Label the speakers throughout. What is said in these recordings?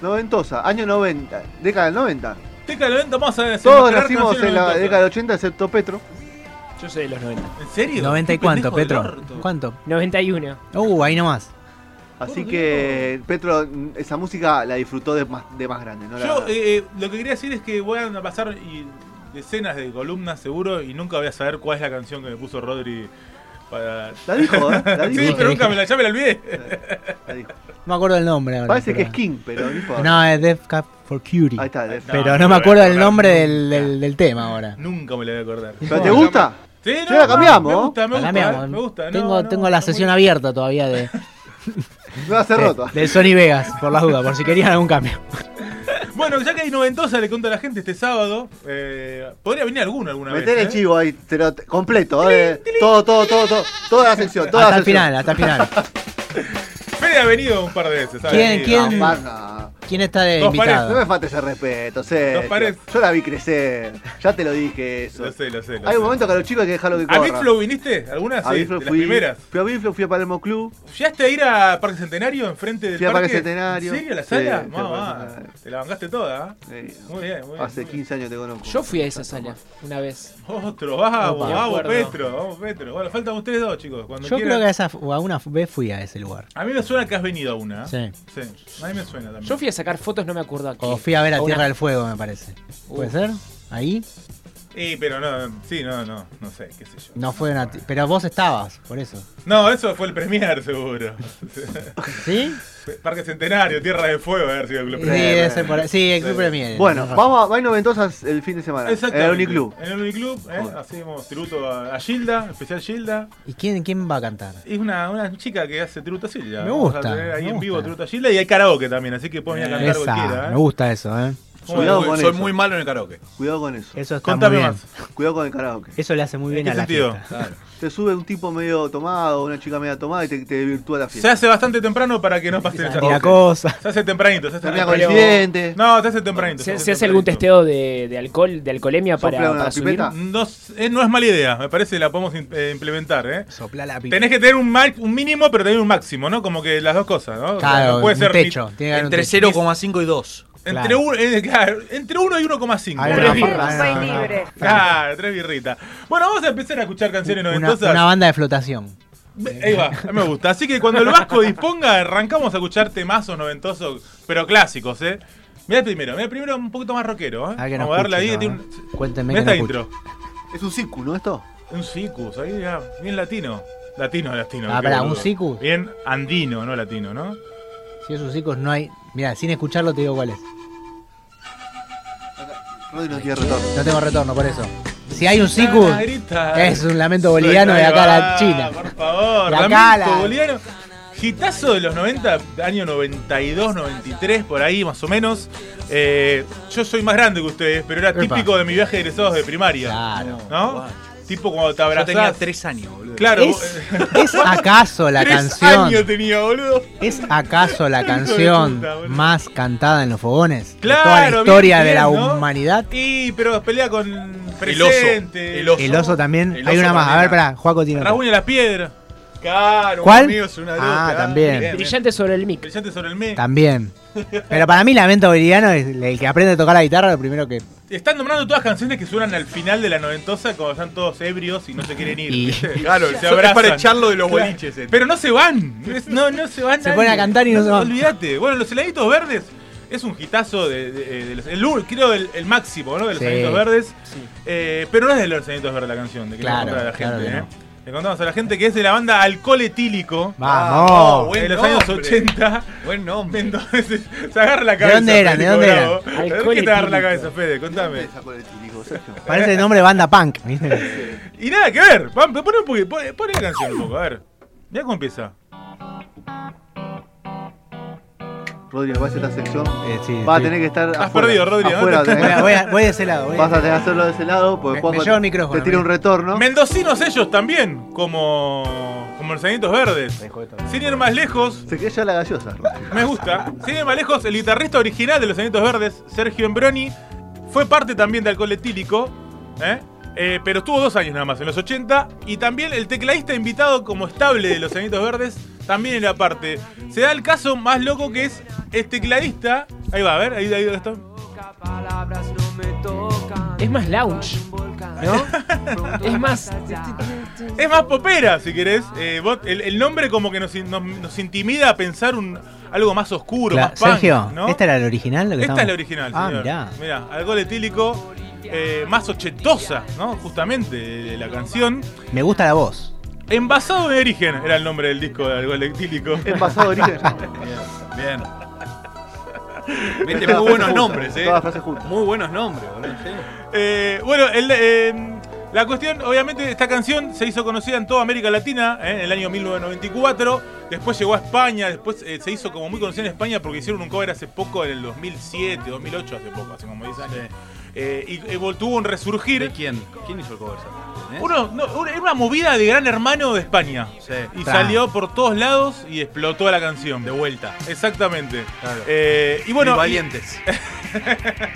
Speaker 1: noventosa, año 90, década del 90.
Speaker 2: Década del 90 más a decir.
Speaker 1: Todos nacimos en la década del 80 excepto Petro.
Speaker 3: Yo soy de los 90.
Speaker 2: ¿En serio?
Speaker 4: 90 y
Speaker 2: Qué pendejo
Speaker 4: cuánto,
Speaker 2: del
Speaker 4: Petro.
Speaker 2: orto.
Speaker 4: ¿Cuánto?
Speaker 3: 91.
Speaker 4: Uh, ahí nomás.
Speaker 1: Así
Speaker 2: Boludo.
Speaker 1: que Petro mm, esa música la disfrutó de más, de más grande, ¿no? La-
Speaker 2: Yo eh, lo que quería decir es que van a pasar y- decenas de columnas seguro y nunca voy a saber cuál es la canción que me puso Rodri para...
Speaker 1: la dijo, ¿eh? La dijo.
Speaker 2: Sí, pero nunca me la, ya me la olvidé.
Speaker 1: la dijo.
Speaker 4: No me acuerdo el nombre ahora.
Speaker 1: Parece que
Speaker 4: pero-
Speaker 1: es King, pero no importa.
Speaker 4: No, es Death Cab for Cutie.
Speaker 1: Ahí está. eh. de-
Speaker 2: No,
Speaker 4: Pero no,
Speaker 2: no
Speaker 4: me
Speaker 2: me
Speaker 4: acuerdo
Speaker 2: voy a
Speaker 4: el nombre
Speaker 2: acordar
Speaker 4: del, del- del tema ahora.
Speaker 2: Nunca me la voy a acordar.
Speaker 1: ¿Pero te gusta?
Speaker 2: Sí,
Speaker 1: Ya la cambiamos.
Speaker 2: Me gusta, me
Speaker 4: La
Speaker 2: gusta, eh,
Speaker 4: cambiamos.
Speaker 2: me gusta. No,
Speaker 4: tengo
Speaker 2: no,
Speaker 4: tengo la
Speaker 2: está muy
Speaker 4: sesión
Speaker 2: bien.
Speaker 4: abierta todavía de,
Speaker 1: No hace
Speaker 4: de-
Speaker 1: roto.
Speaker 4: del Sony Vegas, por las dudas, por si querían algún cambio.
Speaker 2: Bueno, ya que hay noventosa, le cuento a la gente este sábado. eh, podría venir alguno alguna
Speaker 1: Meter el
Speaker 2: vez. ¿eh?
Speaker 1: chivo ahí, pero te- completo, ¿eh? Todo, todo, todo, todo. Toda la sección, toda
Speaker 4: Hasta
Speaker 1: la
Speaker 4: el
Speaker 1: sección.
Speaker 4: final, hasta el final.
Speaker 2: Fede ha venido un par de veces. ¿sabes?
Speaker 4: ¿Quién-
Speaker 2: Y-
Speaker 4: quién?
Speaker 1: No, pasa.
Speaker 4: ¿Quién está de
Speaker 2: Dos
Speaker 1: No me
Speaker 4: invitado?
Speaker 1: faltes el respeto,
Speaker 2: Nos
Speaker 1: Sergio.
Speaker 2: parece.
Speaker 1: Yo la vi crecer. Ya te lo dije eso.
Speaker 2: Lo sé, lo sé. lo
Speaker 1: Hay
Speaker 2: sé.
Speaker 1: un momento que a los chicos hay que dejarlo que
Speaker 2: ¿A
Speaker 1: corra.
Speaker 2: Big Flow viniste? ¿Alguna?
Speaker 1: A
Speaker 2: sí,
Speaker 1: Big Flow
Speaker 2: de las
Speaker 1: fui.
Speaker 2: primeras.
Speaker 1: Fui a Big Flow, fui a Palermo Club.
Speaker 2: ¿Llegaste a ir a Parque Centenario enfrente del
Speaker 1: Fui a
Speaker 2: parque?
Speaker 1: Parque Centenario.
Speaker 2: ¿En serio, la
Speaker 1: Sí,
Speaker 2: sala?
Speaker 1: fui a
Speaker 2: Mamá,
Speaker 1: Parque Centenario.
Speaker 2: te la bancaste toda, ¿eh?
Speaker 1: eh,
Speaker 2: Muy bien, muy bien.
Speaker 1: hace
Speaker 2: muy
Speaker 1: 15 años te conozco.
Speaker 3: Yo fui a esa sala una vez.
Speaker 2: bien. Otro, vamos, vamos,
Speaker 4: Opa.
Speaker 3: De acuerdo.
Speaker 2: Petro, vamos, Petro. Bueno, faltan ustedes dos, chicos. Cuando
Speaker 4: Yo
Speaker 2: quieran.
Speaker 4: creo que a, esa, o a una vez fui a ese lugar.
Speaker 2: A mí me suena que has venido a una. ¿eh?
Speaker 4: Sí.
Speaker 2: Sí, a mí me suena también.
Speaker 3: Yo fui a sacar fotos, no me acuerdo aquí.
Speaker 4: O fui a ver a
Speaker 3: una-
Speaker 4: Tierra del Fuego, me parece. ¿Puede
Speaker 3: Uh.
Speaker 4: ser? ¿Ahí?
Speaker 2: Eh, pero no, sí, no, no, no sé, qué sé yo.
Speaker 4: No fue una... ti- Pero vos estabas, por eso.
Speaker 2: No, eso fue el Premier, seguro.
Speaker 4: ¿Sí?
Speaker 2: Parque Centenario, Tierra de Fuego, a ver si el Club
Speaker 4: Sí,
Speaker 2: Premier.
Speaker 4: debe ser por ahí. Sí, el Club Premier.
Speaker 1: Bueno,
Speaker 4: tenés razón.
Speaker 1: vamos a, va a ir noventosas el fin de semana. En
Speaker 2: Exactamente.
Speaker 1: el Uniclub.
Speaker 2: En el Uniclub, ¿eh?
Speaker 1: Joder.
Speaker 2: hacemos tributo a, a Gilda, especial Gilda.
Speaker 4: ¿Y quién, quién va a cantar?
Speaker 2: Es una, una chica que hace tributo a Gilda.
Speaker 4: Me
Speaker 2: Vamos a
Speaker 4: gusta,
Speaker 2: tener ahí
Speaker 4: me
Speaker 2: en vivo
Speaker 4: gusta.
Speaker 2: tributo a Gilda y hay karaoke también, así que pueden ir a cantar
Speaker 4: Esa,
Speaker 2: cualquiera. ¿eh?
Speaker 4: me gusta eso, ¿eh?
Speaker 2: Soy,
Speaker 1: Cuidado
Speaker 2: muy-
Speaker 1: con
Speaker 2: soy
Speaker 1: eso.
Speaker 2: muy malo en el karaoke.
Speaker 1: Cuidado con eso.
Speaker 4: Eso está
Speaker 2: Contame
Speaker 4: muy bien.
Speaker 2: más.
Speaker 1: Cuidado con el karaoke.
Speaker 4: Eso le hace muy
Speaker 2: ¿En
Speaker 4: bien
Speaker 2: qué
Speaker 4: a la
Speaker 2: sentido?
Speaker 4: fiesta.
Speaker 2: Claro.
Speaker 1: Te sube un tipo medio tomado, una chica media tomada y te, te desvirtúa la
Speaker 2: Se
Speaker 1: fiesta.
Speaker 2: hace bastante temprano para que no pasen
Speaker 4: Y
Speaker 2: esas
Speaker 4: la
Speaker 2: cosas.
Speaker 4: cosa.
Speaker 2: Se hace tempranito, se hace
Speaker 1: Termina con
Speaker 2: tempranito.
Speaker 1: incidentes.
Speaker 2: No, se hace tempranito.
Speaker 3: ¿Se,
Speaker 2: hace
Speaker 3: se hace algún
Speaker 2: tempranito.
Speaker 3: testeo de, de alcohol, de alcoholemia para,
Speaker 1: ¿Sopla una
Speaker 3: para subir?
Speaker 1: pipeta?
Speaker 2: No, sé, no es mala idea, me parece que la podemos in- eh, implementar, ¿eh?
Speaker 4: Sopla la pipa.
Speaker 2: Tenés que tener un, ma- un mínimo, pero tener un máximo, ¿no? Como que las dos cosas, ¿no? O sea,
Speaker 4: Claro,
Speaker 2: no puede
Speaker 4: un
Speaker 2: ser ni-
Speaker 4: techo. Tiene que haber un
Speaker 5: Entre
Speaker 4: techo.
Speaker 5: 0,5 y 2.
Speaker 2: entre,
Speaker 4: claro.
Speaker 2: uno, eh, claro, entre uno y 1,5.
Speaker 4: Ahí
Speaker 2: Tres
Speaker 4: va,
Speaker 2: birritas.
Speaker 4: ahí va.
Speaker 6: Soy libre.
Speaker 2: Claro, tres birritas. Bueno, vamos a empezar a escuchar canciones
Speaker 4: Una-
Speaker 2: noventosas.
Speaker 4: una banda de flotación.
Speaker 2: Ve- Ahí va, ahí me gusta. Así que cuando el Vasco disponga, arrancamos a escuchar temazos noventosos, pero clásicos, ¿eh? Mirá el primero, mirá el primero un poquito más rockero, ¿eh?
Speaker 4: A ver Ah, que no
Speaker 2: Vamos a darle ahí.
Speaker 4: escucho,
Speaker 2: que tiene
Speaker 4: ¿no?
Speaker 2: un-
Speaker 4: Cuéntenme
Speaker 2: Mirá
Speaker 4: que no
Speaker 2: esta
Speaker 4: escucho.
Speaker 2: intro.
Speaker 1: Es un sicu, ¿no? Esto.
Speaker 2: Un sicus, ahí ya, bien latino. Latino, latino.
Speaker 4: Ah,
Speaker 2: qué
Speaker 4: pará,
Speaker 2: boludo.
Speaker 4: un sicus.
Speaker 2: Bien andino, no latino, ¿no?
Speaker 4: Si esos chicos no hay. Mira, sin escucharlo te digo cuál es.
Speaker 1: Rodri no tiene retorno.
Speaker 4: No tengo retorno por eso. Si hay un Siku,
Speaker 2: Margarita.
Speaker 4: es un lamento boliviano de
Speaker 2: Ahí
Speaker 4: acá a la
Speaker 2: va,
Speaker 4: China.
Speaker 2: Por favor,
Speaker 4: De acá
Speaker 2: lamento
Speaker 4: a la-
Speaker 2: boliviano. Hitazo de los 90, año 92, 93, por ahí más o menos. Eh, yo soy más grande que ustedes, pero era
Speaker 4: Epa.
Speaker 2: típico de mi viaje de egresados de primaria.
Speaker 4: Claro.
Speaker 2: ¿No?
Speaker 5: guacho.
Speaker 2: Tipo cuando te
Speaker 5: Yo tenía
Speaker 2: abrazás.
Speaker 5: 3 años, boludo.
Speaker 2: Claro, vos- eh,
Speaker 4: ¿Es, ¿Es acaso la
Speaker 2: tres años
Speaker 4: canción?
Speaker 2: tenía, boludo.
Speaker 4: ¿Es acaso la
Speaker 2: Hijo de
Speaker 4: canción
Speaker 2: puta, boludo.
Speaker 4: más cantada en los fogones? de toda
Speaker 2: Claro,
Speaker 4: la historia
Speaker 2: bien,
Speaker 4: de la
Speaker 2: bien, ¿no?
Speaker 4: humanidad.
Speaker 2: Y, pero pelea con
Speaker 5: oso,
Speaker 2: presente.
Speaker 5: el oso.
Speaker 4: El oso también.
Speaker 5: El
Speaker 4: hay
Speaker 5: oso
Speaker 4: una más. A ver,
Speaker 5: también.
Speaker 4: pará, Juaco tiene otra.
Speaker 2: Rasguña las piedras. Claro,
Speaker 4: ¿Cuál?
Speaker 2: amigo, es una
Speaker 4: Ah,
Speaker 2: loca.
Speaker 4: también.
Speaker 2: Bien, bien.
Speaker 3: Brillante sobre el mic.
Speaker 2: Brillante sobre el mes.
Speaker 4: También. Pero para mí, Lamento Boliviano es el que aprende a tocar la guitarra, lo primero que.
Speaker 2: Están nombrando todas canciones que suenan al final de la noventosa cuando están todos ebrios y no se quieren ir.
Speaker 4: Y-
Speaker 2: ¿viste? Claro, se
Speaker 5: Es
Speaker 2: abrazan.
Speaker 5: para echarlo de los
Speaker 2: Claro.
Speaker 5: boliches. eh.
Speaker 2: Pero no se van. Es- No, no se van.
Speaker 4: Se
Speaker 2: nadie.
Speaker 4: ponen a cantar y no se van.
Speaker 2: Olvídate. Bueno, los heladitos verdes es un hitazo de, de- de los- el, ul- creo el, el máximo, ¿no? De los
Speaker 4: Sí.
Speaker 2: heladitos verdes. Eh, pero no es de los heladitos verdes la canción. De que
Speaker 4: Claro,
Speaker 2: le contamos a la
Speaker 4: claro
Speaker 2: gente,
Speaker 4: que
Speaker 2: ¿eh?
Speaker 4: no.
Speaker 2: Le contamos a la gente que es de la banda Alcohol Etílico.
Speaker 5: Ah,
Speaker 4: ¡Vamos!
Speaker 5: buen
Speaker 2: de los
Speaker 5: nombre.
Speaker 2: años 80.
Speaker 5: Buen nombre.
Speaker 2: Entonces, se agarra la cabeza.
Speaker 4: dónde eran? ¿De
Speaker 2: Federico
Speaker 4: dónde eran?
Speaker 2: Bravo.
Speaker 3: Alcohol
Speaker 2: ¿Qué te agarra la
Speaker 3: Etílico.
Speaker 2: cabeza, Fede? Contame.
Speaker 1: Esa con el tílico, Sergio.
Speaker 4: Parece el nombre de banda punk. ¿viste?
Speaker 2: Y nada que ver. Pon pon un poquito, pon- pon la canción un poco, a ver. Mirá cómo empieza.
Speaker 1: Rodri, me parece esta sección.
Speaker 4: Eh, sí,
Speaker 1: Va a
Speaker 4: sí.
Speaker 1: tener que estar.
Speaker 2: Estás
Speaker 1: afuera,
Speaker 2: perdido, Rodri, ¿no?
Speaker 1: afuera,
Speaker 4: Voy,
Speaker 1: tenés-
Speaker 4: a- voy a- voy de ese lado. voy a-
Speaker 1: Vas a tener que hacerlo de ese lado, porque
Speaker 4: Me-
Speaker 1: Juanjo
Speaker 4: me llevo el micrófono,
Speaker 1: te tira un
Speaker 4: mira.
Speaker 1: retorno.
Speaker 2: Mendocinos ellos también, como, como los Enanitos Verdes.
Speaker 4: Dejo de todo.
Speaker 2: Sin ir más lejos,
Speaker 1: Se quedó ya la gallosa. Rodri.
Speaker 2: me gusta. Sin ir más lejos, el guitarrista original de los Enanitos Verdes, Sergio Embroni, fue parte también de Alcohol Etílico, ¿eh? Eh, pero estuvo dos años nada más, en los 80. Y también el tecladista invitado como estable de los Enanitos Verdes, también era parte. Se da el caso más loco que es el tecladista. Ahí va, a ver, ahí, ahí está.
Speaker 3: Es más lounge, ¿no? es más.
Speaker 2: Es más popera, si querés. Eh, vos- el, el nombre como que nos, in- nos- nos intimida a pensar un, algo más oscuro,
Speaker 4: Cla-
Speaker 2: más punk,
Speaker 4: Sergio,
Speaker 2: ¿no?
Speaker 4: ¿esta era la original? lo que
Speaker 2: Esta es la
Speaker 4: estamos-
Speaker 2: original,
Speaker 4: Ah,
Speaker 2: señor.
Speaker 4: mirá.
Speaker 2: Mirá, alcohol etílico, eh, más ochentosa, ¿no? Justamente, eh, la canción.
Speaker 4: Me gusta la voz.
Speaker 2: Envasado de origen era el nombre del disco de alcohol etílico.
Speaker 1: En pasado origen.
Speaker 5: Bien.
Speaker 1: Todas
Speaker 5: Viste,
Speaker 1: las
Speaker 5: muy buenos
Speaker 1: frases
Speaker 5: nombres,
Speaker 1: juntas,
Speaker 5: eh.
Speaker 1: Todas las frases juntas.
Speaker 5: Muy buenos nombres, boludo. sí.
Speaker 2: Eh, bueno, el, eh, la cuestión, obviamente, esta canción se hizo conocida en toda América Latina eh, en el año 1994. Después llegó a España, después eh, se hizo como muy conocida en España porque hicieron un cover hace poco, en el 2007, 2008, hace poco, hace como 10 años. Eh, y eh, vol- tuvo un resurgir.
Speaker 5: ¿De quién? ¿Quién hizo el cover? ¿Eh?
Speaker 2: Uno, no, una- era una movida de gran hermano de España.
Speaker 5: Sí.
Speaker 2: Y
Speaker 4: Tá.
Speaker 2: salió por todos lados y explotó la canción.
Speaker 5: De vuelta.
Speaker 2: Exactamente.
Speaker 5: Claro.
Speaker 2: Eh, y
Speaker 5: Bueno,
Speaker 2: bueno, y-
Speaker 5: valientes.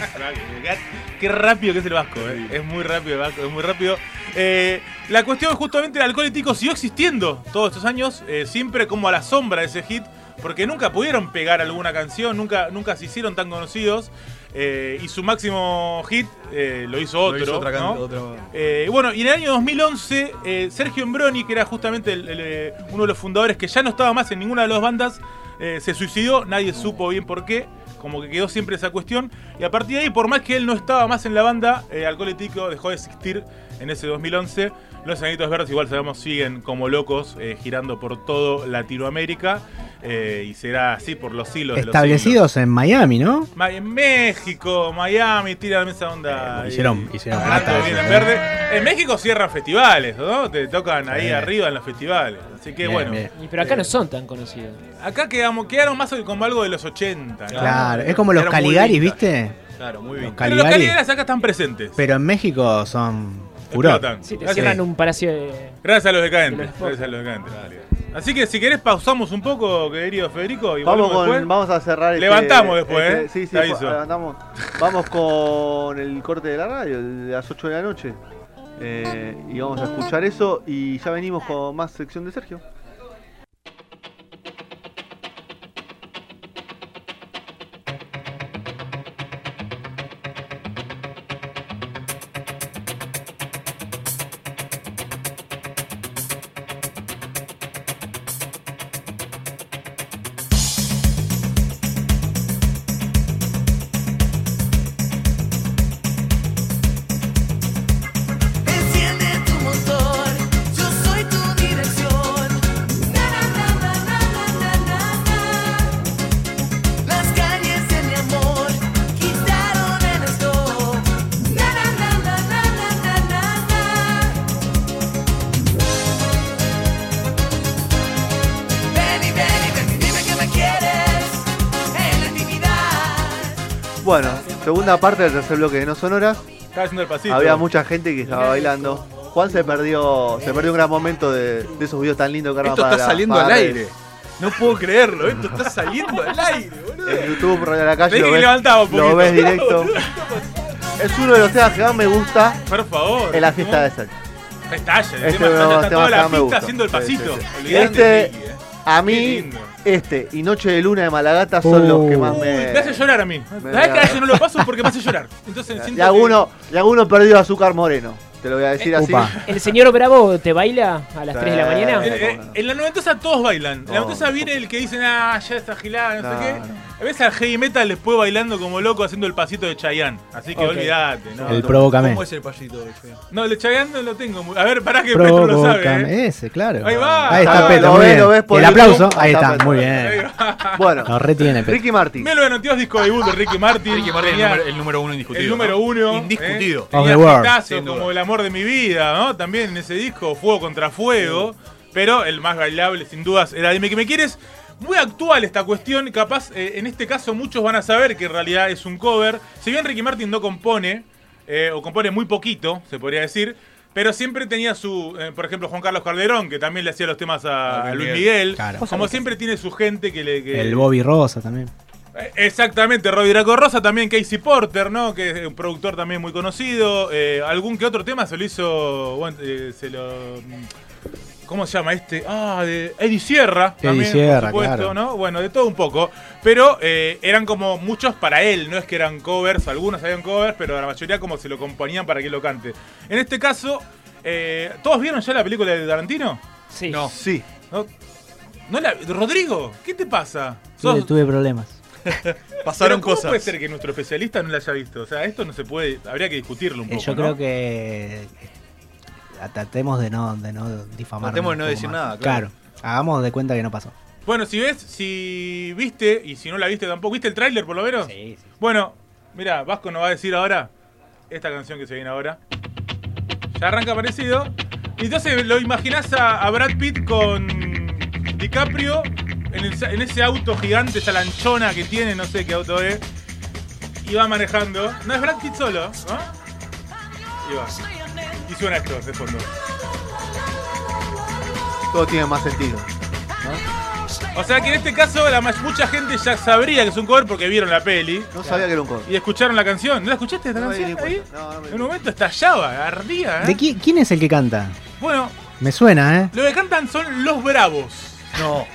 Speaker 2: Qué rápido que es el Vasco, eh. es muy rápido el Vasco, es muy rápido. Eh, la cuestión justamente el alcohol etílico siguió existiendo todos estos años, eh, siempre como a la sombra de ese hit, porque nunca pudieron pegar alguna canción, nunca, nunca se hicieron tan conocidos. eh, y su máximo hit eh, lo hizo otro.
Speaker 5: Lo hizo otra can-
Speaker 2: ¿no?
Speaker 5: otra-
Speaker 2: Eh, bueno, y en el año 2011, eh, Sergio Embroni, que era justamente el- el, eh, uno de los fundadores que ya no estaba más en ninguna de las bandas, eh, se suicidó, nadie supo bien por qué, como que quedó siempre esa cuestión. Y a partir de ahí, por más que él no estaba más en la banda, eh, Alcohol Etílico dejó de existir en ese 2011. Los Anitos Verdes, igual sabemos, siguen como locos eh, girando por todo Latinoamérica eh, y será así por los siglos de los siglos.
Speaker 4: Establecidos en Miami, ¿no?
Speaker 2: Ma- En México, Miami, tiran esa onda.
Speaker 4: Eh,
Speaker 2: ahí.
Speaker 4: hicieron, hicieron
Speaker 2: Ah, todo
Speaker 4: plata.
Speaker 2: bien en verde. En México cierran festivales, ¿no? Te tocan ahí
Speaker 4: Bien.
Speaker 2: arriba en los festivales. Así que
Speaker 4: Bien,
Speaker 2: bueno.
Speaker 4: bien.
Speaker 3: Y Pero acá no son tan conocidos.
Speaker 2: Acá quedamos, quedaron más como algo de los 80. ¿no?
Speaker 4: Claro, es como los
Speaker 5: Era muy
Speaker 4: Caligaris,
Speaker 5: vintage.
Speaker 4: ¿viste?
Speaker 5: Claro, muy
Speaker 4: Los
Speaker 5: bien.
Speaker 2: Pero los
Speaker 4: Caligaris.
Speaker 2: Caligaris acá están presentes.
Speaker 4: Pero en México son furor.
Speaker 2: Explotan.
Speaker 3: Sí, te
Speaker 2: Gracias-
Speaker 3: cierran un palacio de.
Speaker 2: Gracias a los
Speaker 3: de
Speaker 2: decadentes.
Speaker 3: los
Speaker 2: Gracias a los decadentes. Así que si querés pausamos un poco, querido Federico, y
Speaker 1: Vamos,
Speaker 2: volvemos
Speaker 1: con,
Speaker 2: después.
Speaker 1: vamos a cerrar este-
Speaker 2: Levantamos después,
Speaker 1: este-
Speaker 2: ¿eh?
Speaker 1: Sí, sí,
Speaker 2: Te aviso.
Speaker 1: levantamos. Vamos con el corte de la radio, el de las 8 de la noche. Eh, y vamos a escuchar eso y ya venimos con más sección de Sergio.
Speaker 6: Enciende tu motor, yo soy tu dirección. Na, na, na, na, na, na, na, na. Las calles de mi amor quitaron el stop. Na, na, na, na, na, na, na, na, na. Ven y ven y ven y dime que me quieres en la intimidad.
Speaker 1: Bueno, segunda parte del tercer bloque de No Sonoras.
Speaker 2: Estaba haciendo el pasito.
Speaker 1: Había mucha gente que estaba bailando. Juan se perdió, se perdió un gran momento de, de esos videos tan lindos que arma
Speaker 5: Esto
Speaker 1: para
Speaker 5: está saliendo
Speaker 1: para
Speaker 5: al
Speaker 1: redes.
Speaker 5: aire. No puedo creerlo, esto está saliendo al aire, boludo.
Speaker 1: En YouTube, Radio de la
Speaker 2: Te
Speaker 1: calle,
Speaker 2: dije
Speaker 1: lo
Speaker 2: que
Speaker 1: ves,
Speaker 2: levantaba un poquito.
Speaker 1: lo ves directo. Es uno de los temas que más me gusta
Speaker 2: Por favor.
Speaker 1: en la fiesta de Sergio.
Speaker 2: Estalla, el
Speaker 1: Este
Speaker 2: tema estalla,
Speaker 1: no,
Speaker 2: está
Speaker 1: tema
Speaker 2: toda
Speaker 1: acá
Speaker 2: la
Speaker 1: me
Speaker 2: pista
Speaker 1: gusta.
Speaker 2: haciendo el
Speaker 1: Sí,
Speaker 2: pasito.
Speaker 1: sí, sí.
Speaker 2: Olvidate,
Speaker 1: Este-
Speaker 2: Ricky, eh.
Speaker 1: A
Speaker 2: Qué
Speaker 1: mí,
Speaker 2: lindo.
Speaker 1: este y Noche de Luna de Malagata son
Speaker 4: Uh.
Speaker 1: los que más
Speaker 2: Uy, me hace
Speaker 1: me.
Speaker 2: llorar a mí.
Speaker 1: me-
Speaker 2: Sabés que a veces no lo paso porque me hace llorar. Entonces siento
Speaker 1: Y
Speaker 2: que-
Speaker 1: alguno, y alguno perdió azúcar moreno. Te lo voy a decir así.
Speaker 4: Upa.
Speaker 3: ¿El señor Bravo te baila a las 3 de la
Speaker 2: En,
Speaker 3: mañana?
Speaker 1: Sí.
Speaker 2: en- en la 90 todos bailan. En la
Speaker 1: No.
Speaker 2: 90 viene el que dicen, ah, ya está gilada, no,
Speaker 1: No,
Speaker 2: sé qué.
Speaker 1: no.
Speaker 2: A veces al heavy metal les puedo bailando como loco haciendo el pasito de Chayanne. Así que
Speaker 3: Ok.
Speaker 2: olvídate. No,
Speaker 4: El
Speaker 2: no.
Speaker 4: provócame.
Speaker 5: ¿Cómo es el pasito? che?
Speaker 2: No, el de Chayanne no lo tengo. muy- A ver, pará que Petro lo sabe. ¿eh?
Speaker 4: Provócame. Ese, claro.
Speaker 2: Ahí va.
Speaker 4: Ahí
Speaker 2: Ahí va,
Speaker 4: está Petro.
Speaker 1: lo
Speaker 4: muy
Speaker 1: ves,
Speaker 4: bien.
Speaker 1: lo ves por
Speaker 4: el
Speaker 1: YouTube.
Speaker 4: aplauso. Ahí
Speaker 1: Ahí
Speaker 4: está,
Speaker 1: está
Speaker 4: muy
Speaker 1: Petro.
Speaker 2: Ahí
Speaker 4: bien.
Speaker 2: va.
Speaker 1: Bueno,
Speaker 4: Lo retiene Petro.
Speaker 1: Ricky Martin.
Speaker 2: Me lo anotó disco debut de Ricky Martin.
Speaker 5: Ricky Martin, el
Speaker 2: Tenía
Speaker 5: número, el número uno indiscutido.
Speaker 2: el número
Speaker 5: ¿no?
Speaker 2: uno. ¿eh?
Speaker 5: Indiscutido.
Speaker 4: Of
Speaker 2: Tenía
Speaker 4: the world.
Speaker 2: hitazos
Speaker 5: Sin duda.
Speaker 2: como El amor de mi vida, ¿no? También en ese disco, Fuego contra Fuego. Pero el más bailable, sin dudas, era Dime que me quieres. Muy actual esta cuestión, capaz eh, en este caso muchos van a saber que en realidad es un cover. Si bien Ricky Martin no compone, eh, o compone muy poquito, se podría decir, pero siempre tenía su, eh, por ejemplo, Juan Carlos Calderón, que también le hacía los temas
Speaker 5: A
Speaker 2: a, a Luis
Speaker 5: Luis
Speaker 2: Miguel.
Speaker 4: Claro.
Speaker 2: Como siempre tiene su gente que le... que-
Speaker 4: El Bobby Rosa también.
Speaker 2: eh, Exactamente, Robbie Draco Rosa, también Casey Porter, ¿no? Que es un productor también muy conocido. Eh, algún que otro tema se lo hizo. bueno, eh, se lo. ¿Cómo se llama este? Ah, de Eddie Sierra.
Speaker 4: Eddie
Speaker 2: también,
Speaker 4: Sierra,
Speaker 2: por supuesto,
Speaker 4: claro.
Speaker 2: ¿no? Bueno, de todo un poco. Pero eh, eran como muchos para él, no es que eran covers, algunos habían covers, pero la mayoría como se lo componían para que lo cante. En este caso, eh, ¿todos vieron ya la película de Tarantino?
Speaker 3: Sí.
Speaker 2: No.
Speaker 1: Sí.
Speaker 2: ¿No? ¿No la- Rodrigo, ¿qué te pasa?
Speaker 4: Tuve,
Speaker 2: Sos-
Speaker 4: tuve problemas.
Speaker 5: Pasaron
Speaker 2: pero ¿cómo
Speaker 5: cosas.
Speaker 2: puede ser que nuestro especialista no la haya visto? O sea, esto no se puede, habría que discutirlo un
Speaker 4: Eh,
Speaker 2: poco.
Speaker 4: Yo
Speaker 2: ¿no?
Speaker 4: creo que eh, tratemos de no, de no difamar.
Speaker 5: Tratemos de no decir nada, claro.
Speaker 4: Hagamos de cuenta que no pasó.
Speaker 2: Bueno, si ves, si viste, y si no la viste tampoco, ¿viste el tráiler por lo menos?
Speaker 4: Sí, sí.
Speaker 2: Bueno, mira, Vasco nos va a decir ahora esta canción que se viene ahora. Ya arranca parecido. Y entonces lo imaginás a, a Brad Pitt con DiCaprio en, el- en ese auto gigante, esa lanchona que tiene, no sé qué auto es. Y va manejando. No es Brad Pitt solo, ¿no? Y va. Y suena esto de fondo.
Speaker 1: Todo tiene más sentido.
Speaker 2: O sea que en este caso la, ma- mucha gente ya sabría que es un cover porque vieron la peli
Speaker 1: No sabía que era un cover.
Speaker 2: y escucharon la canción. ¿No la escuchaste esta
Speaker 1: No me di
Speaker 2: canción ahí?
Speaker 1: cuenta. No, no me di
Speaker 2: En un momento estallaba, ardía. ¿eh?
Speaker 4: ¿De qui- quién es el que canta?
Speaker 2: Bueno,
Speaker 4: Me suena, ¿eh?
Speaker 2: lo que cantan son Los Bravos.
Speaker 5: No.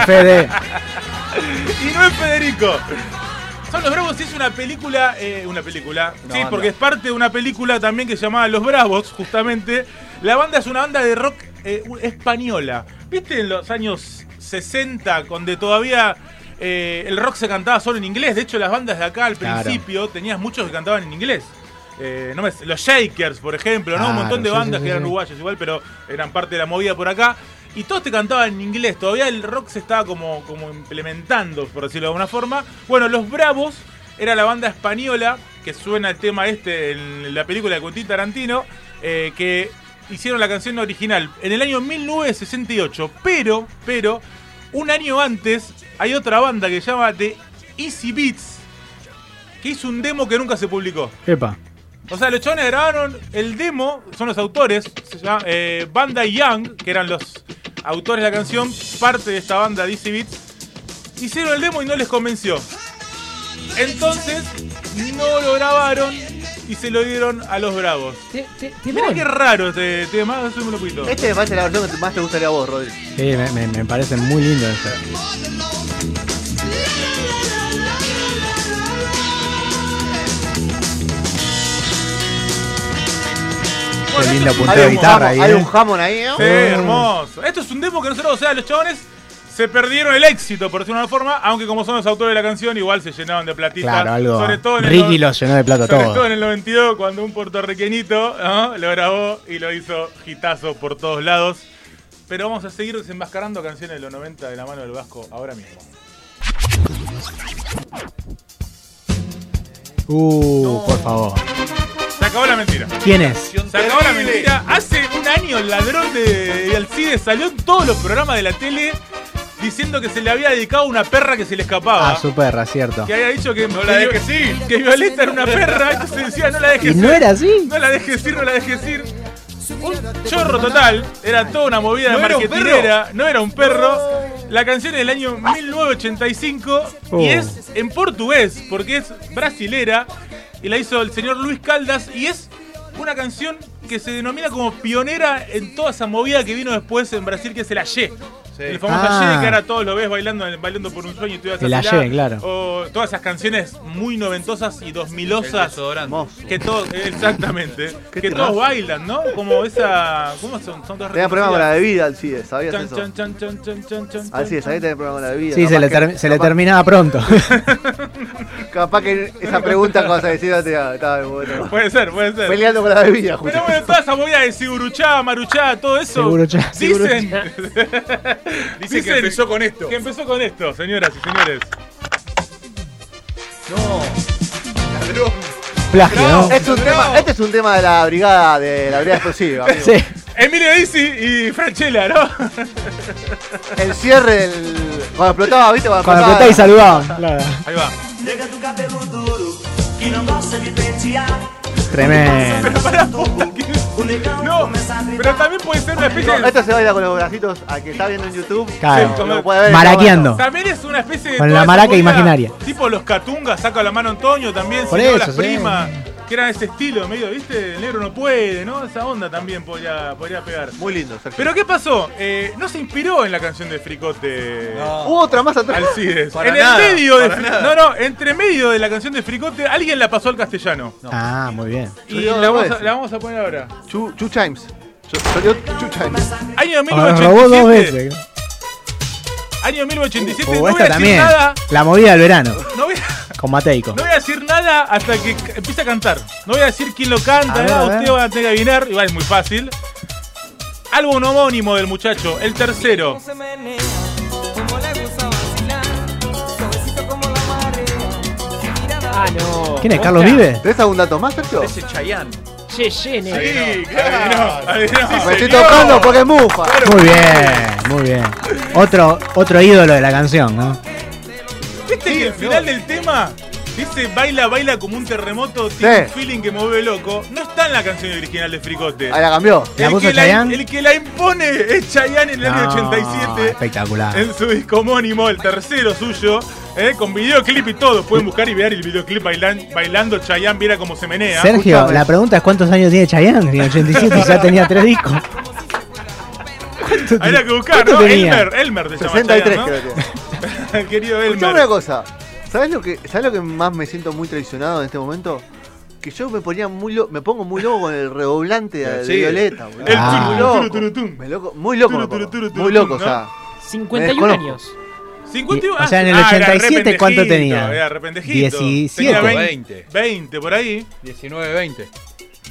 Speaker 4: Fede.
Speaker 2: Y no es Federico. Son Los Bravos y es una película. eh, una película.
Speaker 5: Una
Speaker 2: sí,
Speaker 5: banda.
Speaker 2: porque es parte de una película también que se llamaba Los Bravos, justamente. La banda es una banda de rock eh, u- española. ¿Viste en los años 60, donde todavía eh, el rock se cantaba solo en inglés? De hecho, las bandas de acá al
Speaker 4: Claro.
Speaker 2: principio tenías muchos que cantaban en inglés. Eh, no me- los Shakers, por ejemplo, ¿no? Un
Speaker 4: Claro,
Speaker 2: montón de
Speaker 4: sí,
Speaker 2: bandas
Speaker 4: sí,
Speaker 2: que
Speaker 4: sí,
Speaker 2: eran
Speaker 4: sí.
Speaker 2: uruguayos igual, pero eran parte de la movida por acá. Y todos te cantaban en inglés, todavía el rock se estaba como, como implementando, por decirlo de alguna forma. Bueno, Los Bravos era la banda española que suena el tema este en la película de Quentin Tarantino, eh, que hicieron la canción original en el año 1968, pero, pero, un año antes hay otra banda que se llama The Easy Beats, que hizo un demo que nunca se publicó.
Speaker 4: Epa.
Speaker 2: O sea, los chones grabaron el demo, son los autores, se llama, eh, Banda y Young, que eran los autores de la canción, parte de esta banda DC Beats, hicieron el demo y no les convenció. Entonces, no lo grabaron y se lo dieron a los bravos.
Speaker 3: Te- te-
Speaker 2: Mirá
Speaker 3: Timón.
Speaker 2: qué raro este tema, eso me lo quito.
Speaker 1: Este me parece la versión que más te gustaría a vos, Rodri.
Speaker 4: Sí, me, me- me parece muy lindo eso. Qué
Speaker 2: esto
Speaker 4: lindo
Speaker 2: es un-
Speaker 4: punteo de
Speaker 1: un
Speaker 4: guitarra ahí.
Speaker 1: jamón- hay
Speaker 4: ¿eh?
Speaker 1: un jamón ahí, ¿no?
Speaker 2: Sí, hermoso. Esto es un demo que nosotros, o sea, los chabones se perdieron el éxito, por decirlo de una forma, aunque como son los autores de la canción, igual se llenaban de platitas.
Speaker 4: Claro, algo.
Speaker 2: Sobre todo en el
Speaker 4: Ricky
Speaker 2: no-
Speaker 4: lo llenó de plata
Speaker 2: Sobre
Speaker 4: todo.
Speaker 2: todo en el 92, cuando un puertorriqueñito ¿no? lo grabó y lo hizo hitazo por todos lados. Pero vamos a seguir desenmascarando canciones de los 90 de la mano del Vasco ahora mismo.
Speaker 4: Uh, por favor.
Speaker 2: Se acabó la mentira.
Speaker 4: ¿Quién es?
Speaker 2: Se acabó la mentira. Hace un año el ladrón de, de Alcides salió en todos los programas de la tele diciendo que se le había dedicado a una perra que se le escapaba.
Speaker 4: Ah, su perra, cierto.
Speaker 2: que había dicho que, no
Speaker 5: la dejes ir.
Speaker 2: que Violeta era una perra. Entonces decía, no la
Speaker 4: ¿Y
Speaker 2: dejes
Speaker 4: no
Speaker 2: ir.
Speaker 4: era así?
Speaker 2: No la dejes ir, no la dejes ir. Un chorro total. Era toda una movida de
Speaker 5: ¿No era un
Speaker 2: marketinera. No era un perro. La canción es del año 1985 y
Speaker 4: Oh.
Speaker 2: es en portugués porque es brasilera y la hizo el señor Luis Caldas y es una canción que se denomina como pionera en toda esa movida que vino después en Brasil que es el Ayé. El famoso
Speaker 4: Ah.
Speaker 2: Ayé que ahora todos lo ves bailando, bailando por un sueño y tú vas a
Speaker 4: El
Speaker 2: bailar.
Speaker 4: Ayé, claro.
Speaker 2: O todas esas canciones muy noventosas y dos milosas.
Speaker 1: Hermoso.
Speaker 2: Que todos, exactamente.
Speaker 1: Qué
Speaker 2: que
Speaker 1: temazo.
Speaker 2: todos bailan, ¿no? Como esa. ¿Cómo son? Son todas
Speaker 1: Tenía problema con la bebida, Alcides, ¿sabías
Speaker 2: Chan,
Speaker 1: eso?
Speaker 2: chan, chan, chan, chan, chan, chan.
Speaker 1: Alcides, sabías que tenía problema con la bebida.
Speaker 4: Sí, se
Speaker 1: Capaz
Speaker 4: le,
Speaker 1: que-
Speaker 4: termi- se le
Speaker 1: capaz-
Speaker 4: terminaba pronto.
Speaker 1: Capaz que esa pregunta que vas a decir no te la- estaba bueno.
Speaker 2: Puede ser, puede ser.
Speaker 1: Peleando con la bebida, justo.
Speaker 2: Pero bueno, toda esa movida de Siguruchá, Maruchá, todo eso.
Speaker 4: Siguruchá.
Speaker 2: Dicen,
Speaker 5: Dice que empezó con esto.
Speaker 2: que empezó con esto, señoras y señores.
Speaker 4: Plagio, ¿no?
Speaker 2: eh,
Speaker 1: Es un tema, este es un tema de la brigada de la brigada explosiva. amigo.
Speaker 4: Sí.
Speaker 2: Emilio Dizzy y Franchella, ¿no?
Speaker 1: El cierre del. Cuando explotaba, ¿viste? Cuando,
Speaker 4: Cuando apretáis saludaban. claro.
Speaker 2: Ahí va.
Speaker 6: Nega do cabelo duro, que não gosta de pentear.
Speaker 4: Tremendo.
Speaker 2: Para puta que-
Speaker 6: O negão
Speaker 2: No,
Speaker 6: começa a gritar.
Speaker 2: pero también puede ser una especie de.
Speaker 1: Esto se baila con los bracitos al que está viendo en YouTube.
Speaker 4: Claro.
Speaker 1: como lo puede ver en
Speaker 4: Maraqueando.
Speaker 2: También es una especie de.
Speaker 4: Con
Speaker 2: toda
Speaker 4: la
Speaker 2: esa
Speaker 4: maraca
Speaker 2: movida,
Speaker 4: imaginaria.
Speaker 2: Tipo los catungas, saca la mano Antonio también,
Speaker 4: Por
Speaker 2: si no,
Speaker 4: eso,
Speaker 2: las
Speaker 4: sí.
Speaker 2: primas. Que eran ese estilo, medio, ¿viste? El negro no puede, ¿no? Esa onda también podría, podría pegar.
Speaker 1: la- Muy lindo, Sergio.
Speaker 2: Pero ¿qué pasó? Eh, no se inspiró en la canción de Fricote.
Speaker 1: Hubo otra más atrás.
Speaker 2: Alcides.
Speaker 5: Para
Speaker 2: en
Speaker 5: nada,
Speaker 2: el medio de
Speaker 5: para
Speaker 2: Fri-
Speaker 5: nada.
Speaker 2: No, no, entre medio de la canción de Fricote, alguien la pasó al castellano.
Speaker 4: Ah, muy bien.
Speaker 2: Y
Speaker 1: Yo digo dos
Speaker 2: la vamos, a,
Speaker 1: veces.
Speaker 2: la vamos a poner ahora.
Speaker 1: Chu, Chu Chimes. Yo- Salió Chu Chimes.
Speaker 2: Año
Speaker 4: Ah, robó dos
Speaker 2: 1987.
Speaker 4: veces.
Speaker 2: Año 1987.
Speaker 4: O
Speaker 2: no voy a
Speaker 4: esta
Speaker 2: decir
Speaker 4: también.
Speaker 2: nada.
Speaker 4: La movida del verano.
Speaker 2: No voy, a,
Speaker 4: Con Mateico.
Speaker 2: no voy a decir nada hasta que c- empiece a cantar. No voy a decir quién lo
Speaker 4: A
Speaker 2: canta,
Speaker 4: ver,
Speaker 2: nada,
Speaker 4: a ver.
Speaker 2: ustedes van a tener que adivinar. Igual es muy fácil. Álbum homónimo del muchacho, el tercero.
Speaker 3: se menea, como le gusta vacilar, suavecito como la marea, mirada
Speaker 7: Ah, no.
Speaker 4: ¿Quién es? ¿Carlos Vive?
Speaker 1: ¿Tenés algún dato más, Sergio?
Speaker 5: Ese Chayanne.
Speaker 7: Che, che, negro.
Speaker 2: Sí, claro. adivinó, adivinó.
Speaker 1: Me estoy tocando porque es mufa.
Speaker 4: Muy bien, muy bien. Otro, otro ídolo de la canción, ¿no?
Speaker 2: ¿Viste que el final del tema dice baila, baila como un terremoto, tiene
Speaker 1: Sí.
Speaker 2: un feeling que me vuelve loco? No está en la canción original de Fricote.
Speaker 1: Ahí la cambió.
Speaker 4: ¿La
Speaker 2: el,
Speaker 4: puso
Speaker 2: que
Speaker 4: Chayanne?
Speaker 2: el que la impone es Chayanne en el año
Speaker 4: No,
Speaker 2: 87.
Speaker 4: Ah, Espectacular.
Speaker 2: En su disco homónimo, el tercero suyo, eh, con videoclip y todo. Pueden buscar y ver el videoclip bailan- bailando Chayanne, mira cómo se menea.
Speaker 4: Sergio,
Speaker 1: escúchame.
Speaker 4: la pregunta es ¿cuántos años tiene Chayanne? En el 87 y ya tenía tres discos. ¿Cuánto
Speaker 2: Hay que
Speaker 4: tiene?
Speaker 2: buscar,
Speaker 4: ¿Cuánto
Speaker 2: ¿no?
Speaker 4: tenía?
Speaker 2: Elmer, Elmer te llama
Speaker 1: 63
Speaker 2: Chayanne,
Speaker 1: creo que.
Speaker 2: ¿no? El querido
Speaker 1: Escuchame una
Speaker 2: Elmer.
Speaker 1: cosa. ¿Sabes lo que sabes lo que más me siento muy traicionado en este momento? Que yo me ponía muy lo- me pongo muy loco con el redoblante de,
Speaker 5: Sí.
Speaker 1: de Violeta, boludo.
Speaker 2: El
Speaker 4: Ah.
Speaker 1: Muy
Speaker 2: turu,
Speaker 1: loco.
Speaker 2: turu, turu, tum.
Speaker 1: Me loco- muy loco, me
Speaker 2: Turu, turu,
Speaker 1: pongo.
Speaker 2: turu, turu,
Speaker 1: muy loco, o
Speaker 2: tum,
Speaker 1: sea.
Speaker 7: 51
Speaker 1: Me
Speaker 7: años.
Speaker 2: 51,
Speaker 4: Y- o sea, en el
Speaker 2: ah, era
Speaker 4: 87, ¿cuánto
Speaker 2: rependejito,
Speaker 4: tenía?
Speaker 2: Era rependejito.
Speaker 4: 17.
Speaker 2: Tenía 20,
Speaker 5: 20.
Speaker 2: 20 por ahí.
Speaker 5: 19, 20.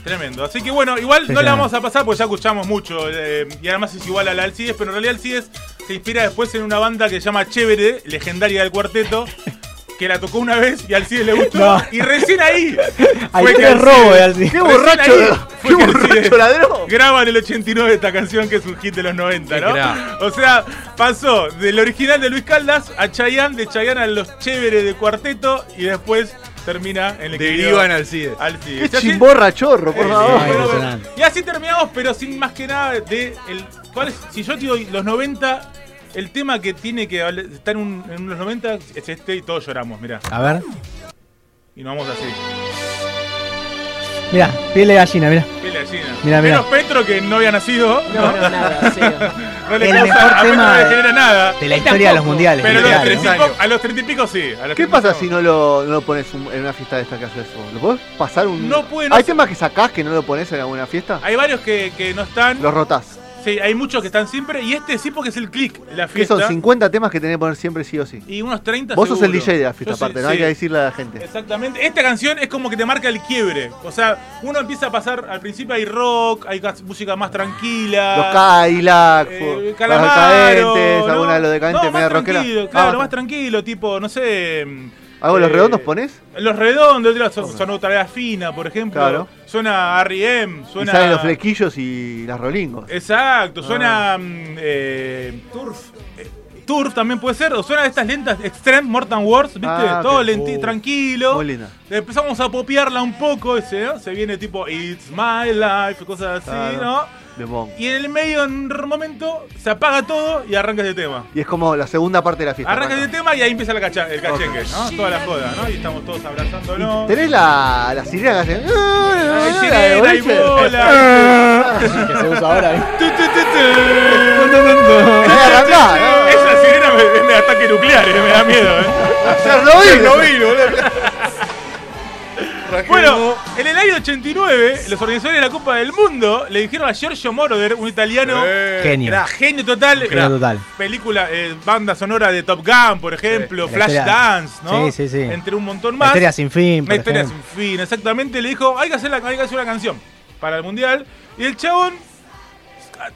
Speaker 2: Tremendo. Así que bueno, igual no la vamos a pasar porque ya escuchamos mucho. eh, y además es igual a la Alcides, pero en realidad Alcides se inspira después en una banda que se llama Chévere, legendaria del cuarteto. Que la tocó una vez y a Alcides le gustó.
Speaker 4: No.
Speaker 2: Y recién ahí.
Speaker 4: Hay
Speaker 2: fue que
Speaker 4: tres
Speaker 2: Alcides-
Speaker 4: robos de Alcides.
Speaker 1: ¡Qué
Speaker 2: Recién
Speaker 1: borracho!
Speaker 2: ahí fue
Speaker 1: ¡Qué
Speaker 2: que el
Speaker 1: borracho
Speaker 2: cine-
Speaker 1: ladrón!
Speaker 2: Graba en el 89 esta canción que es un hit de los 90,
Speaker 8: Qué
Speaker 2: ¿no?
Speaker 8: crack.
Speaker 2: O sea, pasó del original de Luis Caldas a Chayanne, de Chayanne a los chéveres de cuarteto y después termina en el querido
Speaker 5: Derivan al CIDE.
Speaker 2: Alcides.
Speaker 1: ¡Qué
Speaker 2: Y así-
Speaker 1: chimborra chorro, por
Speaker 2: Sí,
Speaker 1: favor!
Speaker 2: pero-
Speaker 4: impresionante.
Speaker 2: y así terminamos, pero sin más que nada de el, ¿cuál es? si yo te doy los 90, el tema que tiene que hablar- estar en, un- en los 90 es este y todos lloramos, mirá.
Speaker 4: A ver.
Speaker 2: Y nos vamos así.
Speaker 4: Mira, piel de gallina, mira.
Speaker 2: Piel de gallina.
Speaker 4: Mirá, mirá.
Speaker 2: Menos Petro que no había nacido.
Speaker 7: No, no, nada, cero.
Speaker 2: No le
Speaker 4: El
Speaker 2: causa-
Speaker 4: mejor
Speaker 2: a Pedro
Speaker 4: tema
Speaker 2: no le
Speaker 4: de-
Speaker 2: genera nada.
Speaker 4: De la historia de los mundiales.
Speaker 2: Pero los
Speaker 4: claro.
Speaker 2: 30 y
Speaker 5: años.
Speaker 2: po- a los 30 y pico sí. a los
Speaker 1: ¿Qué
Speaker 2: 30 y
Speaker 1: pasa
Speaker 2: pico.
Speaker 1: si no lo, no lo pones un- en una fiesta de esta que haces eso? ¿Lo podés pasar un.?
Speaker 2: No puede, no
Speaker 1: ¿Hay
Speaker 2: se-
Speaker 1: temas que sacás que no lo pones en alguna fiesta?
Speaker 2: Hay varios que, que no están.
Speaker 1: Los rotás.
Speaker 2: Sí, hay muchos que están siempre. Y este sí porque es el click, la
Speaker 1: Que
Speaker 2: fiesta.
Speaker 1: son 50 temas que tenés que poner siempre sí o sí.
Speaker 2: Y unos 30
Speaker 1: Vos sos el
Speaker 2: seguro.
Speaker 1: DJ de la fiesta,
Speaker 2: Yo soy-
Speaker 1: aparte, no
Speaker 2: sí.
Speaker 1: hay que decirle a la gente.
Speaker 2: Exactamente. Esta canción es como que te marca el quiebre. O sea, uno empieza a pasar. Al principio hay rock, hay cas- música más tranquila.
Speaker 1: Los Cadillac,
Speaker 2: Eh,
Speaker 1: los
Speaker 2: Calamaro,
Speaker 1: decadentes,
Speaker 2: ¿no?
Speaker 1: alguna de los decadentes
Speaker 2: No, más
Speaker 1: medio rockera.
Speaker 2: tranquilo,
Speaker 1: Ah,
Speaker 2: Claro,
Speaker 1: basta.
Speaker 2: más tranquilo, tipo, no sé.
Speaker 1: ¿Algo de los
Speaker 2: eh,
Speaker 1: redondos pones?
Speaker 2: Los redondos, otro son, sonó tarea fina, por ejemplo.
Speaker 1: Claro.
Speaker 2: Suena R.E.M.,
Speaker 1: Y
Speaker 2: suena. Eh,
Speaker 1: salen los flequillos y las rolingos. Ah.
Speaker 2: Exacto, suena. mm, eh, Turf. Eh, Turf también puede ser, o suena de estas lentas Extreme Mortal Wars, ¿viste?
Speaker 1: Ah, ok.
Speaker 2: Todo lenti,
Speaker 1: Uh,
Speaker 2: tranquilo.
Speaker 1: Muy linda.
Speaker 2: Empezamos a popearla un poco, ese, ¿no? Se viene tipo It's My Life, cosas así,
Speaker 1: Claro.
Speaker 2: ¿no?
Speaker 1: De Bong.
Speaker 2: Y en el medio, en un momento, se apaga todo y arranca ese tema.
Speaker 1: Y es como la segunda parte de la fiesta.
Speaker 2: Arranca
Speaker 1: Paco.
Speaker 2: ese tema y ahí empieza el, cacha- el cacheque, ¿no? Toda la joda, ¿no? Y estamos todos abrazándonos.
Speaker 1: ¿Tenés la, la sirena que hace? Ah,
Speaker 2: Hay
Speaker 1: La de
Speaker 2: sirena, hay
Speaker 1: boliche.
Speaker 2: bola.
Speaker 4: Que se usa
Speaker 1: ¿eh?
Speaker 4: ahora.
Speaker 2: Tu, tu, tu, tu.
Speaker 1: Tenés que arrancar, ¿no?
Speaker 2: Esa sirena me, me da ataque nuclear, eh, me da miedo, eh.
Speaker 1: Chernobyl.
Speaker 2: Bueno, en el año 89, los organizadores de la Copa del Mundo le dijeron a Giorgio Moroder, un italiano,
Speaker 5: eh,
Speaker 4: Genio.
Speaker 2: era genio total,
Speaker 4: Genio
Speaker 2: era
Speaker 4: total.
Speaker 2: película, eh, banda sonora de Top Gun, por ejemplo,
Speaker 4: La
Speaker 2: Flash
Speaker 4: historia-
Speaker 2: Dance, ¿no?
Speaker 4: Sí, sí, sí.
Speaker 2: Entre un montón
Speaker 4: La
Speaker 2: más.
Speaker 4: historia sin fin,
Speaker 2: Una
Speaker 4: por
Speaker 2: historia
Speaker 4: ejemplo.
Speaker 2: sin fin, exactamente. Le dijo, hay que, hacer la- hay que hacer una canción para el mundial. Y el chabón,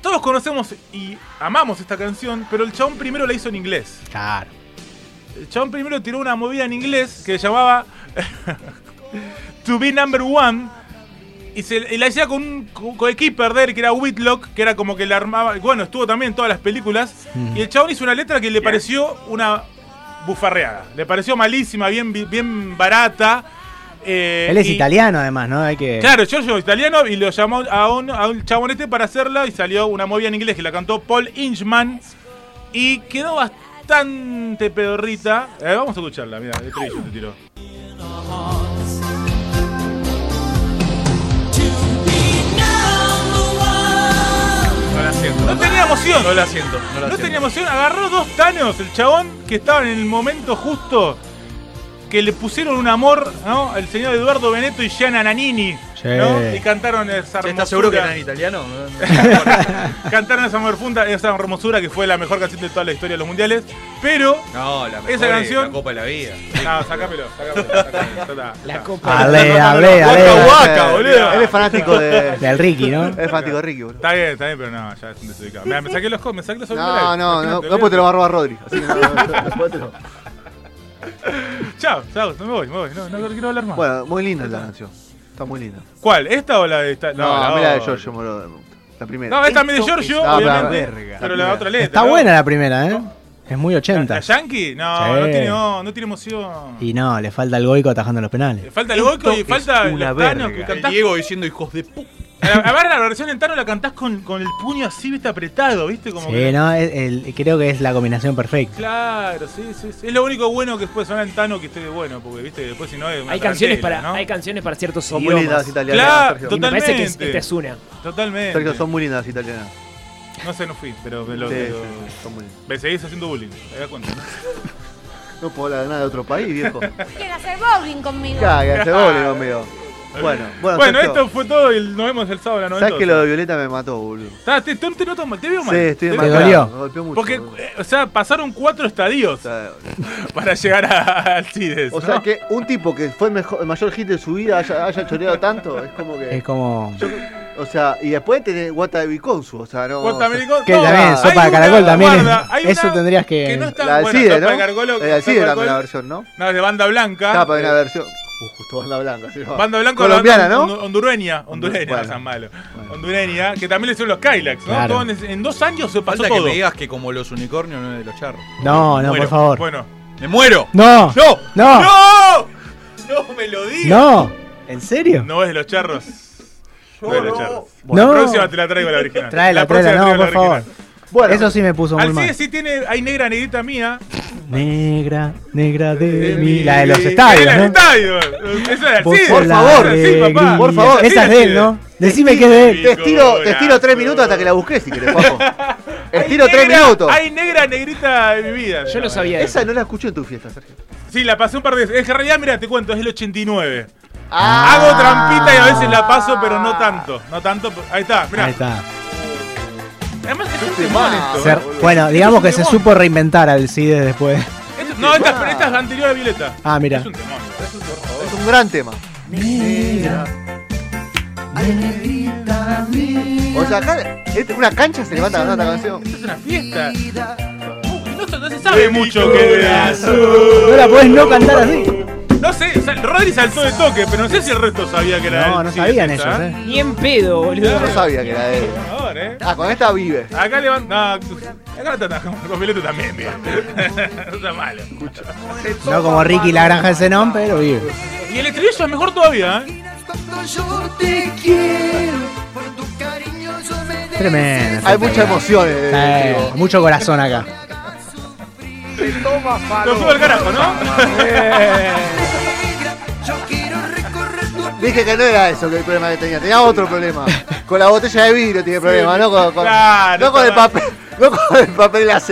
Speaker 2: todos conocemos y amamos esta canción, pero el chabón primero la hizo en inglés.
Speaker 4: Claro.
Speaker 2: El chabón primero tiró una movida en inglés que llamaba To Be Number One. Y, se- y la hacía con un co- coequiper de él, que era Whitlock, que era como que la armaba. Bueno, estuvo también en todas las películas. Y el chabón hizo una letra que le pareció una bufarreada. Le pareció malísima, bien, bien barata. eh,
Speaker 4: Él es
Speaker 2: y-
Speaker 4: italiano, además, ¿no? Hay que.
Speaker 2: Claro, Giorgio italiano y lo llamó a un, a un chabón este para hacerla y salió una movida en inglés que la cantó Paul Inchman y quedó bastante pedorrita. Eh, vamos a escucharla, mira, el trillo te tiró.
Speaker 5: No la siento.
Speaker 2: No tenía emoción.
Speaker 5: No la siento. No la
Speaker 2: No
Speaker 5: siento.
Speaker 2: tenía emoción, agarró dos tanos el chabón que estaba en el momento justo que le pusieron un amor, ¿no? El señor Eduardo Beneto y Gianna Nannini,
Speaker 4: Sí.
Speaker 2: ¿no? Y cantaron esa
Speaker 5: Che,
Speaker 2: hermosura.
Speaker 5: ¿Estás seguro que era en italiano? No, no.
Speaker 2: Cantaron esa hermosura, esa hermosura que fue la mejor canción de toda la historia de los mundiales, pero
Speaker 5: No, la mejor
Speaker 2: Esa
Speaker 5: es
Speaker 2: canción-
Speaker 5: La Copa de la Vida.
Speaker 2: No, sacámelo, sacámelo, sacámelo. ya está, ya
Speaker 7: La
Speaker 2: está.
Speaker 7: copa.
Speaker 4: Ale, ale, ale.
Speaker 5: Guaca, guaca, boludo.
Speaker 1: Él es fanático de.
Speaker 4: Del Ricky, ¿no?
Speaker 1: Él es fanático de Ricky, boludo.
Speaker 2: Está bien, está bien, pero no, ya es un desubicado. Mirá, me saqué los co- me saqué los
Speaker 1: No, no,
Speaker 2: auriculares.
Speaker 1: no,
Speaker 2: Imagínate,
Speaker 1: no, pues te lo va a robar Rodri. Así que no, no, no, después te lo-
Speaker 2: Chao, chao, no me voy, me voy, no, no quiero hablar más.
Speaker 1: Bueno, muy linda la canción. Está muy linda.
Speaker 2: ¿Cuál? ¿Esta o la de esta?
Speaker 1: No, a mí
Speaker 2: otra.
Speaker 1: la de Giorgio Moroder me gusta. La primera.
Speaker 2: No, esta es mi de
Speaker 7: Esto
Speaker 2: Giorgio,
Speaker 1: es- No, pero-
Speaker 2: obviamente.
Speaker 1: verga.
Speaker 2: Pero
Speaker 1: La
Speaker 2: la otra letra.
Speaker 4: Está
Speaker 2: ¿no?
Speaker 4: buena la primera, ¿eh? Es muy
Speaker 2: ¿La
Speaker 4: 80.
Speaker 2: Yankee? No,
Speaker 4: Sí.
Speaker 2: no, tiene, no, no tiene emoción.
Speaker 4: Y no, le falta el goico atajando los penales.
Speaker 2: Falta el Goico y falta
Speaker 1: una
Speaker 2: los Thanos que
Speaker 1: verga.
Speaker 5: El
Speaker 2: cantás.
Speaker 5: Diego diciendo hijos de puta.
Speaker 2: A ver, la versión en Tano la cantás con, con el puño así, viste, apretado, viste, como que-
Speaker 4: Sí, no, es- el- creo que es la combinación perfecta.
Speaker 2: Claro, sí, sí, sí. Es lo único bueno que puede sonar en Tano que esté de bueno, porque viste, después si no es una
Speaker 7: Hay canciones
Speaker 2: tarantela,
Speaker 7: para,
Speaker 2: ¿no?
Speaker 7: hay canciones para ciertos
Speaker 1: Son muy lindas
Speaker 7: idiomas.
Speaker 1: las
Speaker 7: Y
Speaker 1: italianas.
Speaker 2: Claro,
Speaker 1: Sergio.
Speaker 2: total-
Speaker 7: me parece que es-
Speaker 2: Totalmente.
Speaker 7: esta es una.
Speaker 2: Totalmente.
Speaker 1: Sergio, son muy lindas las italianas.
Speaker 2: No sé, no fui, pero me lo.
Speaker 1: Sí,
Speaker 2: me lo-
Speaker 1: sí, sí, son muy lindas.
Speaker 2: Me seguís haciendo bullying, te das cuenta. ¿no?
Speaker 1: No puedo hablar de nada de otro país, viejo.
Speaker 9: ¿Quieren hacer bowling conmigo?
Speaker 1: Cágate, boludo, amigo. Bueno, bueno,
Speaker 2: Ah. bueno,
Speaker 1: Sergio,
Speaker 2: esto fue todo y nos vemos el sábado a la
Speaker 1: ¿Sabes
Speaker 2: noche.
Speaker 1: que lo de Violeta me mató, boludo?
Speaker 2: te, te- te noto mal, te veo mal.
Speaker 1: Sí, estoy
Speaker 2: Te
Speaker 4: mal.
Speaker 2: veo
Speaker 4: ¿Te dolió?
Speaker 1: Me golpeó mucho.
Speaker 2: Porque,
Speaker 1: boludo.
Speaker 2: eh, o sea, pasaron cuatro estadios
Speaker 1: O sea,
Speaker 2: para llegar a- al CIDES.
Speaker 1: O sea que un tipo que fue el, mejor, el mayor hit de su vida haya, haya choreado tanto, es como
Speaker 4: Es
Speaker 1: que.
Speaker 4: como.
Speaker 1: O sea, y después tenés Guata de Biconsu, o sea, no. o sea,
Speaker 4: Que también, sopa de caracol también. Eso
Speaker 2: tendría
Speaker 4: tendrías que.
Speaker 2: que no está
Speaker 1: la del
Speaker 2: buena,
Speaker 1: CIDE,
Speaker 2: sopa
Speaker 1: ¿no?
Speaker 2: de caracol,
Speaker 1: La del
Speaker 2: sopa
Speaker 1: CIDE también
Speaker 2: de
Speaker 1: la
Speaker 2: caracol.
Speaker 1: versión, ¿no?
Speaker 2: No, es de banda blanca.
Speaker 1: Estaba para
Speaker 2: Eh,
Speaker 1: una versión. Uh, justo banda blanca. sí, no.
Speaker 2: Banda blanca
Speaker 1: Colombiana,
Speaker 2: banda
Speaker 1: ¿no?
Speaker 2: hondu- Hondureña, hondureña,
Speaker 1: Bueno.
Speaker 2: no sean malo. Hondureña, que también le hicieron los Kylax, ¿no?
Speaker 4: Claro.
Speaker 2: Todo en, en dos años se pasó
Speaker 5: Falta que
Speaker 2: todo.
Speaker 5: me digas que como los unicornios no es de los charros.
Speaker 4: No, no,
Speaker 2: Bueno,
Speaker 4: por favor.
Speaker 2: Bueno,
Speaker 5: ¡Me muero!
Speaker 4: No,
Speaker 5: ¡No!
Speaker 4: No.
Speaker 5: ¡No! ¡No me lo digas!
Speaker 4: no. ¿En serio?
Speaker 2: no es de los charros. No es de los charros.
Speaker 4: Bueno.
Speaker 2: La próxima te la traigo la original.
Speaker 4: Tráela,
Speaker 2: próxima
Speaker 4: tráela,
Speaker 2: te
Speaker 4: no,
Speaker 2: traigo la
Speaker 4: por favor.
Speaker 2: original.
Speaker 1: Bueno,
Speaker 4: Eso sí me puso muy
Speaker 2: Al CIDE
Speaker 4: mal.
Speaker 2: sí tiene, hay negra negrita mía.
Speaker 4: Negra, negra de mí. La de los estadios,
Speaker 2: Negra
Speaker 4: ¿no?
Speaker 2: del estadio. Esa es
Speaker 4: Vos
Speaker 2: del CIDE.
Speaker 4: sos
Speaker 1: por
Speaker 4: la
Speaker 1: favor,
Speaker 2: sí, papá.
Speaker 4: alegría.
Speaker 1: Por favor.
Speaker 4: Esa es de él, ¿no? Decime que es de él.
Speaker 1: te estiro, te estiro tres minutos hasta que la busques si querés, papo.
Speaker 2: Hay
Speaker 1: Estiro tres
Speaker 2: negra-
Speaker 1: minutos.
Speaker 2: Hay negra negrita de mi vida.
Speaker 7: Yo no sabía eso.
Speaker 1: Esa no la escuché en tu fiesta, Sergio.
Speaker 2: Sí, la pasé un par de veces. Es que en realidad, mira, te cuento, es el 89.
Speaker 1: Ah.
Speaker 2: Hago trampita y a veces la paso, pero no tanto. No tanto. pero- Ahí está, mirá.
Speaker 4: Ahí está.
Speaker 2: Además, es un
Speaker 1: Este
Speaker 2: temón
Speaker 1: man.
Speaker 2: esto. ¿eh?
Speaker 4: Ser-
Speaker 2: boludo.
Speaker 4: bueno, digamos que
Speaker 2: Este
Speaker 4: se
Speaker 2: es un
Speaker 4: supo reinventar al CIDE después.
Speaker 2: temón. Esto- no, esta, esta es la anterior a Violeta.
Speaker 4: Ah, mira.
Speaker 2: Es un temón. Es un temón.
Speaker 1: Es un gran tema. O sea, acá este, una cancha se levanta cantando esta canción.
Speaker 2: Es una fiesta. No, se- no se sabe mucho que.
Speaker 4: No la podés no cantar así.
Speaker 2: No sé, sal- Rodri saltó de toque, pero no sé si el resto sabía que era
Speaker 4: No,
Speaker 2: él.
Speaker 4: no
Speaker 2: Sí,
Speaker 4: sabían
Speaker 2: esa,
Speaker 4: ellos, ¿eh?
Speaker 7: Ni en pedo, boludo.
Speaker 1: Yo no sabía que era de él.
Speaker 2: Por favor, ¿eh?
Speaker 1: Ah, con esta vive.
Speaker 2: Acá le van. No, acá la atajamos. Con Violeta también, bien. no está malo.
Speaker 4: No como Ricky la granja de Zenón, pero vive.
Speaker 2: Y el estribillo es mejor todavía, ¿eh?
Speaker 4: Tremendo.
Speaker 1: Hay mucha emoción. en el
Speaker 4: Eh,
Speaker 1: trío.
Speaker 4: mucho corazón acá.
Speaker 2: Lo sube al carajo, ¿no?
Speaker 1: Dije que no era eso que el problema que tenía. Tenía otro problema. Con la botella de vidrio tiene problema, no con, con-
Speaker 2: Claro,
Speaker 1: no con el
Speaker 2: está
Speaker 1: papel. No con el papel AC.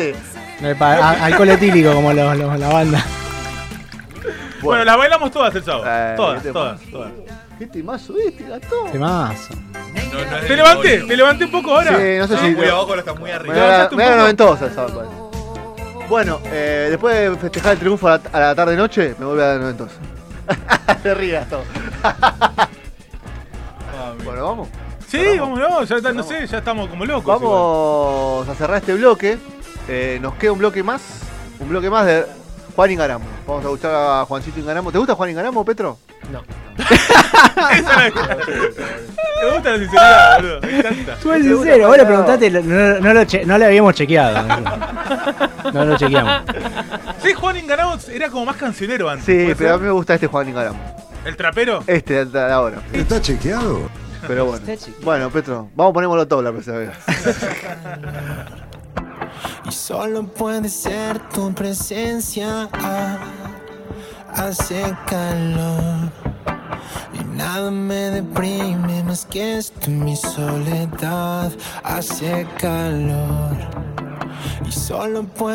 Speaker 4: Eh, pa- a- Alcohol etílico como los- los- la banda.
Speaker 2: bueno, las bailamos todas el sábado.
Speaker 1: Eh,
Speaker 2: todas,
Speaker 1: este-
Speaker 2: todas, todas.
Speaker 1: ¿Qué temazo este, gato?
Speaker 4: Temazo.
Speaker 5: No, no es de
Speaker 2: Te levanté,
Speaker 5: unicornio.
Speaker 2: te levanté un poco ahora.
Speaker 1: Sí, no sé
Speaker 5: Estaba
Speaker 1: si.
Speaker 5: muy abajo, ahora está muy
Speaker 1: Me
Speaker 5: arriba.
Speaker 1: da
Speaker 2: Ah, Levantaste
Speaker 1: me
Speaker 2: un
Speaker 1: da la
Speaker 2: poco.
Speaker 1: noventosa el sábado, parece. Bueno, eh, después de festejar el triunfo a la, a la tarde-noche, me vuelve a la noventosa. Te rías todo. bueno, vamos.
Speaker 2: Sí, vámonos, ya está- no sé, ya estamos como locos. igual.
Speaker 1: Vamos a cerrar este bloque. Eh, nos queda un bloque más. Un bloque más de Juan Ingaramo. Vamos a escuchar a Juancito Ingaramo. ¿Te gusta Juan Ingaramo, Petro?
Speaker 7: No.
Speaker 2: Esa es la- Me gusta la sinceridad, boludo. Me encanta.
Speaker 4: Tú eres sincero, vos le preguntaste, no, no lo che- no lo habíamos chequeado. No lo chequeamos.
Speaker 2: Sí, Juan Inganao era como más cancionero antes.
Speaker 1: Sí,
Speaker 2: ¿puede
Speaker 1: pero a
Speaker 2: ser?
Speaker 1: mí me gusta este Juan Nicaragua.
Speaker 2: ¿El trapero?
Speaker 1: Este, el de ahora.
Speaker 10: ¿Está chequeado?
Speaker 1: Pero bueno. Bueno, Petro, vamos a poner molotov la próxima vez.
Speaker 3: Y solo puede ser tu presencia. Hace calor. Y nada me deprime más que esto. Mi soledad hace calor. Y solo puede